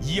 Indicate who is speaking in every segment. Speaker 1: 以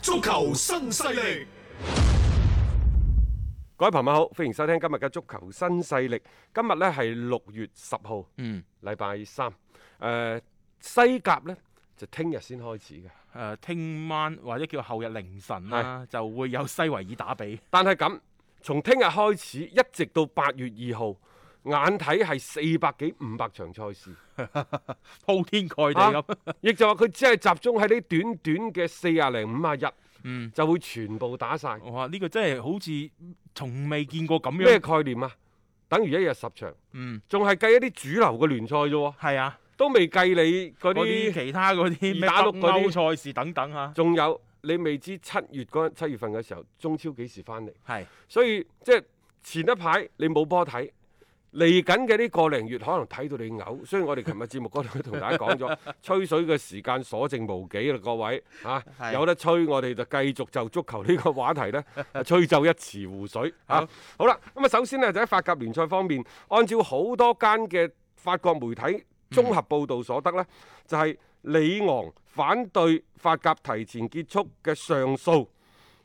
Speaker 1: 足球新勢力，
Speaker 2: 各位朋友好，歡迎收聽今日嘅足球新勢力。今日呢係六月十號，
Speaker 3: 嗯，
Speaker 2: 禮拜三。誒、西甲呢，就聽日先開始嘅，
Speaker 3: 誒，聽晚或者叫後日凌晨啦，就會有西維爾打比。
Speaker 2: 但係咁，從聽日開始一直到八月二號，眼睇係四百幾五百場 賽事，
Speaker 3: 鋪天蓋地咁。
Speaker 2: 亦就話佢只係集中喺呢短短嘅四廿零五廿日，
Speaker 3: 嗯，
Speaker 2: 就會全部打晒。
Speaker 3: 哇！呢個真係好似從未見過咁
Speaker 2: 咩
Speaker 3: 樣。
Speaker 2: 概念啊？等於一日十場，
Speaker 3: 嗯，
Speaker 2: 仲係計一啲主流嘅聯賽啫喎，
Speaker 3: 係啊，
Speaker 2: 都未計你嗰
Speaker 3: 嗰啲
Speaker 2: 啲。
Speaker 3: 其他嗰啲咩
Speaker 2: 二打六
Speaker 3: 北
Speaker 2: 嗰
Speaker 3: 歐
Speaker 2: 啲
Speaker 3: 賽事等等啊嚇。
Speaker 2: 仲有你未知七月嗰七月份嘅時候，中超幾時翻嚟？
Speaker 3: 係
Speaker 2: 所以即係前一排你冇波睇，嚟緊嘅呢個零月可能睇到你嘔。所以我哋琴日節目嗰度同大家講咗，吹水嘅時間所剩無幾啦，各位嚇、
Speaker 3: 係
Speaker 2: 有得吹，我哋就繼續就足球呢個話題呢，吹就一池湖水嚇、啊好啦，咁啊首先呢，就喺法甲聯賽方面，按照好多間嘅法國媒體綜合報導所得呢，就係、里昂反對法甲提前結束嘅上訴。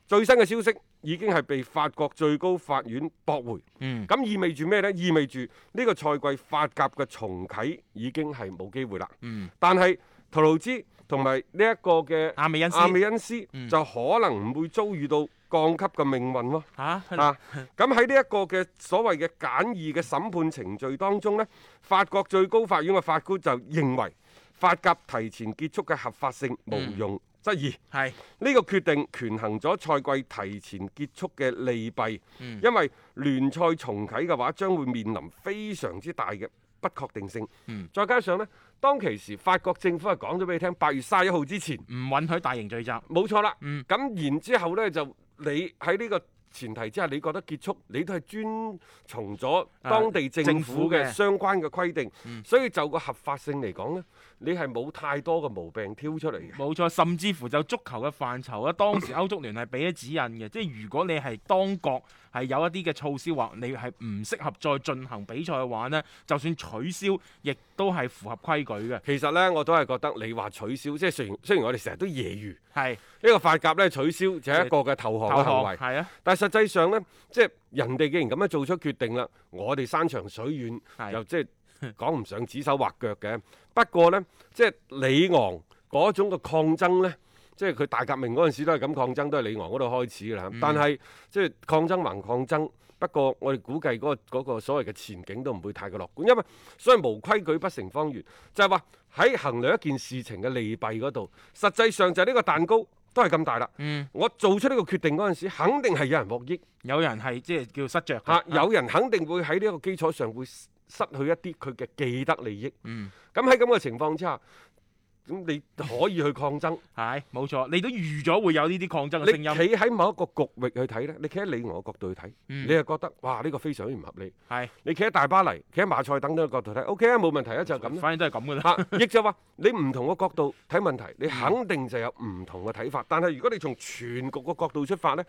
Speaker 2: 最新嘅消息已經係被法國最高法院駁回。
Speaker 3: 嗯
Speaker 2: 咁意味住咩呢？意味住呢個賽季法甲嘅重啟已經係冇機會啦。
Speaker 3: 嗯，
Speaker 2: 但係圖魯茲同埋呢一個嘅
Speaker 3: 阿美恩斯
Speaker 2: 阿美恩斯
Speaker 3: 嗯
Speaker 2: 就可能唔會遭遇到降級嘅命運咯。
Speaker 3: 嚇
Speaker 2: 啊！咁喺呢一個嘅所謂嘅簡易嘅審判程序當中呢，法國最高法院嘅法官就認為法甲提前結束嘅合法性毋
Speaker 3: 嗯
Speaker 2: 庸質疑。
Speaker 3: 係
Speaker 2: 呢個決定權衡咗賽季提前結束嘅利弊，
Speaker 3: 嗯
Speaker 2: 因為聯賽重啟嘅話，將會面臨非常之大嘅不確定性。
Speaker 3: 嗯
Speaker 2: 再加上呢，當其時法國政府係講咗俾你聽，八月三十一號之前
Speaker 3: 唔允許大型聚集。
Speaker 2: 冇錯啦。咁、
Speaker 3: 嗯
Speaker 2: 然之後呢，就你喺呢個前提之下，你覺得結束，你都係遵從咗當地政
Speaker 3: 啊政
Speaker 2: 府
Speaker 3: 府
Speaker 2: 嘅
Speaker 3: 嘅嗯
Speaker 2: 相關嘅規定，所以就個合法性嚟講呢，你係冇太多嘅毛病挑出嚟嘅。
Speaker 3: 冇錯，甚至乎就足球嘅範疇啊，當時歐足聯係俾咗指引嘅，即係如果你係當局係有一啲嘅措施話你係唔適合再進行比賽嘅話呢，就算取消，亦都係符合規矩嘅。
Speaker 2: 其實呢，我都係覺得你話取消，即係雖然雖然我哋成日都揶揄呢
Speaker 3: 係
Speaker 2: 個法甲呢取消就係一個嘅投降嘅行為，
Speaker 3: 係啊，
Speaker 2: 但係實際上呢，即係人哋既然咁樣做出決定啦，我哋山長水遠
Speaker 3: 係
Speaker 2: 又即係講唔上指手畫腳嘅。不過呢，即係里昂嗰種嘅抗爭呢，即係佢大革命嗰陣時都係咁抗爭，都係里昂嗰度開始嘅啦。但係即係抗爭還抗爭。不過我哋估計嗰、個嗰個所謂嘅前景都唔會太過樂觀，因為所謂無規矩不成方圓，就係話喺衡量一件事情嘅利弊嗰度，實際上就係呢個蛋糕都係咁大啦。
Speaker 3: 嗯，
Speaker 2: 我做出呢個決定嗰陣時，肯定係有人獲益
Speaker 3: 有人係即係叫失着
Speaker 2: 嚇、
Speaker 3: 嘅，
Speaker 2: 有人肯定會喺呢一個基礎上會失失去一啲佢嘅既得利 益。
Speaker 3: 嗯
Speaker 2: 咁喺咁嘅情況之下，咁你可以去抗爭。
Speaker 3: 係冇錯，你都預咗會有呢啲抗爭嘅
Speaker 2: 你
Speaker 3: 聲音，
Speaker 2: 企喺某一個局域去睇呢，你企喺李昂嘅角度去睇，
Speaker 3: 嗯
Speaker 2: 你係覺得哇呢、個非常之唔合理。
Speaker 3: 係
Speaker 2: 你企喺大巴黎、企喺馬賽等等嘅角度睇，OK 啊，冇問題啊，就係 咁啦。
Speaker 3: 反正都係咁嘅啦。
Speaker 2: 嚇，亦就話你唔同嘅角度睇問題，你肯定就有唔同嘅睇法。但係如果你從全局嘅角度出發呢，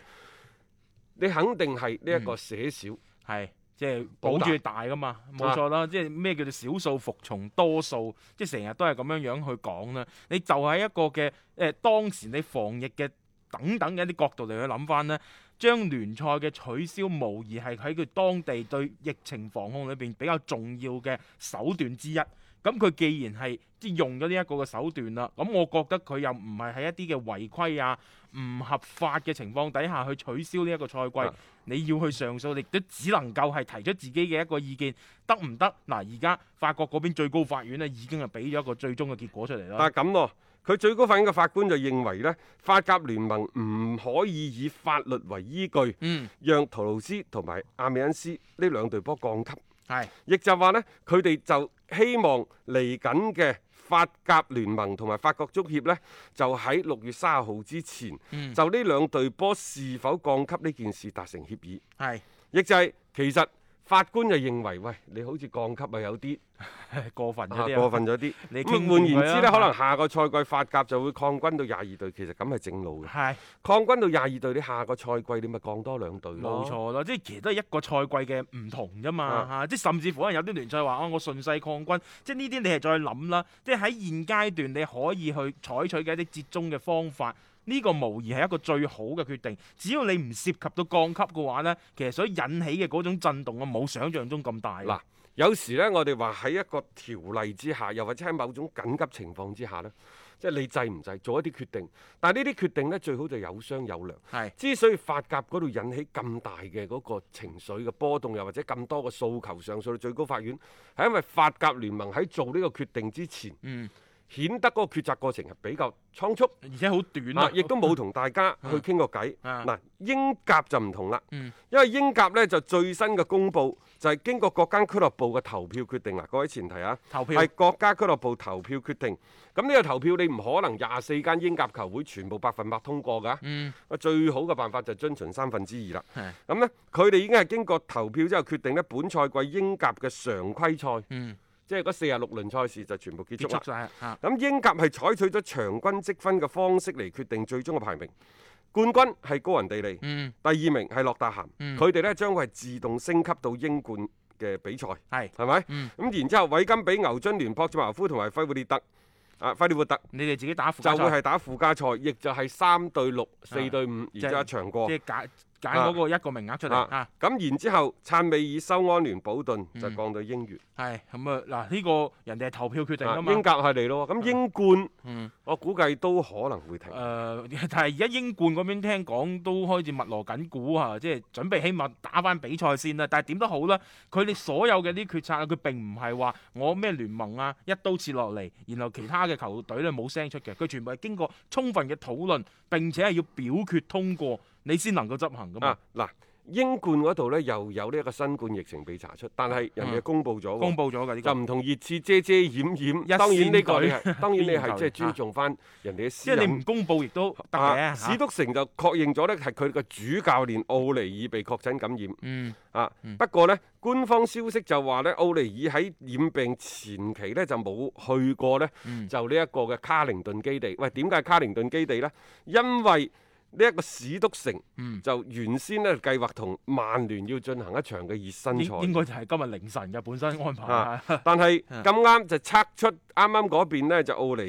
Speaker 2: 你肯定係呢一個寫少。
Speaker 3: 係即係保住大噶嘛，冇錯啦。即係咩叫做少數服從多數，即係成日都係咁樣樣去講啦。你就喺一個嘅誒、呃、當時你防疫嘅等等嘅一啲角度嚟去諗翻呢，將聯賽嘅取消，無疑係喺佢當地對疫情防控裏邊比較重要嘅手段之一。咁佢既然係即係用咗呢一個嘅手段啦，咁我覺得佢又唔係喺一啲嘅違規啊、唔合法嘅情況底下去取消呢一個賽季
Speaker 2: 啊，
Speaker 3: 你要去上訴，亦都只能夠係提出自己嘅一個意見，得唔得？嗱，而家法國嗰邊最高法院咧已經係俾咗一個最終嘅結果出嚟啦
Speaker 2: 但。係咁喎，佢最高法院嘅法官就認為呢，法甲聯盟唔可以以法律為依據，
Speaker 3: 嗯，
Speaker 2: 讓圖盧斯同埋阿美恩斯呢兩隊波降級。
Speaker 3: 係
Speaker 2: 亦就話呢，佢哋就希望嚟緊嘅法甲聯盟同埋法國足協呢，就喺六月三十號之前，
Speaker 3: 嗯
Speaker 2: 就呢兩隊波是否降級呢件事達成協議。
Speaker 3: 係
Speaker 2: 亦就係、其實法官就認為，喂，你好似降級啊，有啲
Speaker 3: 過分咗
Speaker 2: 啊
Speaker 3: 啲啊
Speaker 2: 過分咗啲。
Speaker 3: 你傾
Speaker 2: 咁
Speaker 3: 掂
Speaker 2: 換言
Speaker 3: 佢啊啦
Speaker 2: 之呢，可能下個賽季法甲就會擴軍到廿二隊，其實咁係正路嘅。
Speaker 3: 係
Speaker 2: 擴軍到廿二隊，你下個賽季你咪降多兩隊咯。
Speaker 3: 冇錯咯，即係其實都係一個賽季嘅唔同啫嘛
Speaker 2: 啊
Speaker 3: 嚇，即係甚至乎可能有啲聯賽話啊，我順勢抗軍，即係呢啲你係再諗啦，即係喺現階段你可以去採取嘅一啲折中嘅方法。呢個無疑係一個最好嘅決定，只要你唔涉及到降級嘅話呢，其實所引起嘅嗰種震動啊，冇想象中咁大。
Speaker 2: 嗱，有時呢，我哋話喺一個條例之下，又或者喺某種緊急情況之下呢，即係你制唔制做一啲決定，但係呢啲決定呢，最好就有商有量。
Speaker 3: 係
Speaker 2: 之所以法甲嗰度引起咁大嘅嗰個情緒嘅波動，又或者咁多個訴求上訴到最高法院，係因為法甲聯盟喺做呢個決定之前，
Speaker 3: 嗯，
Speaker 2: 顯得嗰個抉擇過程係比較倉促。
Speaker 3: 而且好短
Speaker 2: 啊
Speaker 3: 啊，，
Speaker 2: 亦都冇同大家去傾過偈。
Speaker 3: 啊
Speaker 2: 嗱，英甲就唔同啦，
Speaker 3: 嗯
Speaker 2: 因為英甲呢就最新嘅公佈就係經過各間俱樂部嘅投票決定啦。各位前提啊，
Speaker 3: 投票
Speaker 2: 係各家俱樂部投票決定。咁呢個投票你唔可能廿四間英甲球會全部百分百通過㗎。啊
Speaker 3: 嗯
Speaker 2: 最好嘅辦法就遵循三分之二啦。
Speaker 3: 係
Speaker 2: 咁呢，佢哋已經係經過投票之後決定呢本賽季英甲嘅常規賽，
Speaker 3: 嗯
Speaker 2: 即係嗰四十六輪賽事就全部結束
Speaker 3: 結
Speaker 2: 啦
Speaker 3: 束。晒嚇，
Speaker 2: 咁英甲係採取咗場均積分嘅方式嚟決定最終嘅排名，冠軍係高雲地利，
Speaker 3: 嗯
Speaker 2: 第二名係洛達咸，
Speaker 3: 嗯
Speaker 2: 佢哋呢將會係自動升級到英冠嘅比賽，
Speaker 3: 係
Speaker 2: 係咪？咁、
Speaker 3: 嗯
Speaker 2: 然之後，韋金比、牛津聯、博茨茅夫同埋費活列特，啊費列活特
Speaker 3: 你哋自己打附加
Speaker 2: 就會
Speaker 3: 賽
Speaker 2: 係打附加賽，亦就係三對六、四對五，
Speaker 3: 即係
Speaker 2: 然之後一場過
Speaker 3: 即。係揀揀嗰個一個名額出嚟
Speaker 2: 啊
Speaker 3: 啊
Speaker 2: 咁然之後，撐美爾、修安聯、保頓就
Speaker 3: 嗯
Speaker 2: 降到英乙，
Speaker 3: 係咁啊！嗱，呢個人哋係投票決定
Speaker 2: 啊
Speaker 3: 噶嘛啊
Speaker 2: 英。甲係嚟咯。咁英冠
Speaker 3: 嗯，呃
Speaker 2: 我估計都可能會停
Speaker 3: 誒、。 但係而家英冠嗰邊聽講都開始密鑼緊鼓啊，即係準備起碼打翻比賽先啦。但係點都好啦，佢哋所有嘅啲決策啊，佢並唔係話我咩聯盟啊一刀切落嚟，然後其他嘅球隊咧冇聲出嘅，佢全部係經過充分嘅討論，並且係要表決通過，你先能夠執行噶嘛。
Speaker 2: 啊嗱，英冠嗰度呢又有呢一個新冠疫情被查出，但係人哋
Speaker 3: 嗯
Speaker 2: 公佈咗喎，
Speaker 3: 公佈咗㗎呢
Speaker 2: 就
Speaker 3: 個，
Speaker 2: 唔同熱刺遮遮掩掩。
Speaker 3: 一
Speaker 2: 當然
Speaker 3: 線
Speaker 2: 呢個你
Speaker 3: 隊
Speaker 2: 係當然你
Speaker 3: 邊緣
Speaker 2: 係
Speaker 3: 球
Speaker 2: 即係
Speaker 3: 員啊
Speaker 2: 尊重翻人哋嘅私
Speaker 3: 即係你唔
Speaker 2: 隱。
Speaker 3: 公佈亦都得
Speaker 2: 啊，
Speaker 3: 嘅
Speaker 2: 史
Speaker 3: 嚇。
Speaker 2: 篤城就確認咗呢係佢嘅主教練奧尼爾被確診感染。
Speaker 3: 嗯，
Speaker 2: 啊，
Speaker 3: 嗯
Speaker 2: 不過呢，官方消息就話呢，奧尼爾喺染病前期呢就冇去過呢，
Speaker 3: 嗯
Speaker 2: 就呢一個嘅卡靈頓基地。喂，點解卡靈頓基地呢？因為呢一個史篤城、
Speaker 3: 嗯
Speaker 2: 就原先呢計劃同曼聯要進行一場嘅熱身
Speaker 3: 應應
Speaker 2: 賽。
Speaker 3: 該就係今日凌晨嘅本身安排
Speaker 2: 啊
Speaker 3: 啊
Speaker 2: 但係
Speaker 3: 啊
Speaker 2: 咁啱就測出啱啱嗰邊呢，就奧尼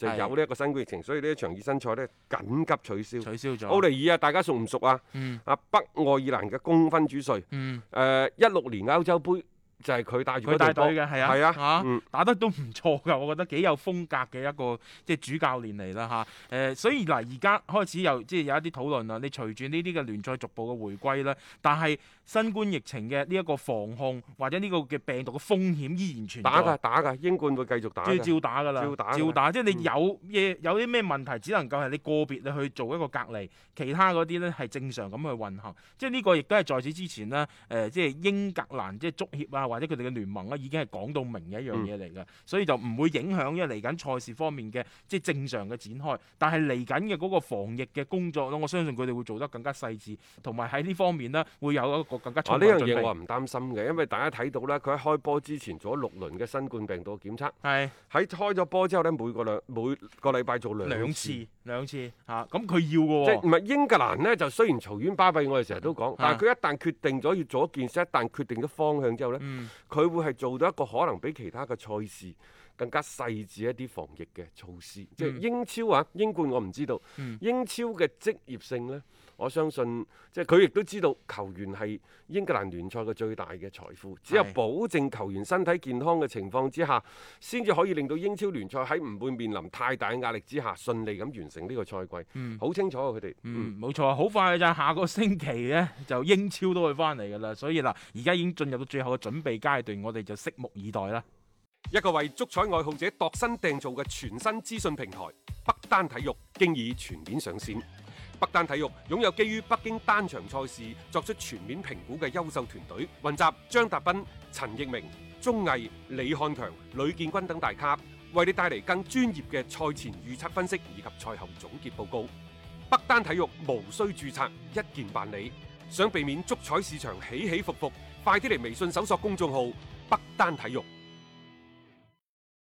Speaker 2: 爾
Speaker 3: 係
Speaker 2: 就有呢一個新冠疫情，所以呢一場熱身賽呢緊急取消。
Speaker 3: 取消咗。
Speaker 2: 奧尼爾啊，大家熟唔熟啊？
Speaker 3: 嗯
Speaker 2: 啊，北愛爾蘭嘅公分主帥，
Speaker 3: 嗯。
Speaker 2: 誒呃一六年歐洲杯就係佢帶住
Speaker 3: 佢帶隊
Speaker 2: 隊
Speaker 3: 嘅係啊，
Speaker 2: 係
Speaker 3: 嚇、
Speaker 2: 啊，嗯
Speaker 3: 打得都唔錯㗎，我覺得幾有風格嘅一個即係主教練嚟啦嚇。誒、所以嗱，而家開始又即係有一啲討論啦。你隨住呢啲嘅聯賽逐步嘅回歸啦，但係新冠疫情嘅呢一個防控或者呢個嘅病毒嘅風險依然存在。
Speaker 2: 打㗎打㗎，英冠會繼續打
Speaker 3: 即係
Speaker 2: 㗎。
Speaker 3: 照打㗎啦，
Speaker 2: 照打㗎
Speaker 3: 照打，即係你
Speaker 2: 嗯
Speaker 3: 有嘢有啲咩問題，只能夠係你個別你去做一個隔離，其他嗰啲咧係正常咁去運行。即係呢個亦都係在此之前啦，誒、即係英格蘭即係足協啊，或者佢哋嘅聯盟啊，已經係講到明嘅一樣
Speaker 2: 嗯
Speaker 3: 嘢嚟㗎，所以就唔會影響因為嚟緊賽事方面嘅即係正常嘅展開。但係嚟緊嘅嗰個防疫嘅工作咯，我相信佢哋會做得更加細緻，同埋喺呢方面呢，會有一個更加
Speaker 2: 啊！
Speaker 3: 充
Speaker 2: 呢
Speaker 3: 分嘅
Speaker 2: 樣
Speaker 3: 準
Speaker 2: 嘢我
Speaker 3: 備。
Speaker 2: 唔擔心嘅，因為大家睇到啦，佢喺開波之前做咗六輪嘅新冠病毒檢測，
Speaker 3: 係。
Speaker 2: 喺開咗波之後呢，每個兩每個禮拜做
Speaker 3: 兩
Speaker 2: 兩次。
Speaker 3: 次兩次嚇，咁佢要嘅
Speaker 2: 嗯即
Speaker 3: 喎
Speaker 2: 係。唔係英格蘭呢，就雖然嘈冤巴閉，我哋成日都講，但係佢一旦決定咗要做一件事，一旦決定咗方向之後呢，
Speaker 3: 嗯
Speaker 2: 佢、會係做到一個可能比其他嘅賽事更加細緻一啲防疫嘅措施。即係
Speaker 3: 嗯
Speaker 2: 英超啊，英冠我唔知道，
Speaker 3: 嗯
Speaker 2: 英超嘅職業性呢，我相信即係佢亦都知道球員係英格蘭聯賽嘅最大嘅財富，只有
Speaker 3: 係
Speaker 2: 保證球員身體健康嘅情況之下，先至可以令到英超聯賽喺唔會面臨太大嘅壓力之下，順利咁完成呢個賽季。好、清楚啊，佢哋。
Speaker 3: 嗯，冇錯，好快嘅咋，下個星期咧 就英超都會翻嚟噶啦，所以嗱，而家已經進入到最後嘅準備階段，我哋就拭目以待啦。
Speaker 2: 一個為足彩愛好者度身訂造嘅全新資訊平台北單體育，經已全面上線。北單體育擁有基於北京單場賽事作出全面評估嘅優秀團隊，雲集張達斌、陳奕明、鐘毅、李漢強、呂建軍等大咖，為你帶嚟更專業嘅賽前預測分析以及賽後總結報告。北單體育無需註冊，一鍵辦理。想避免足彩市場起起伏伏，快啲嚟微信搜索公眾號北單體育。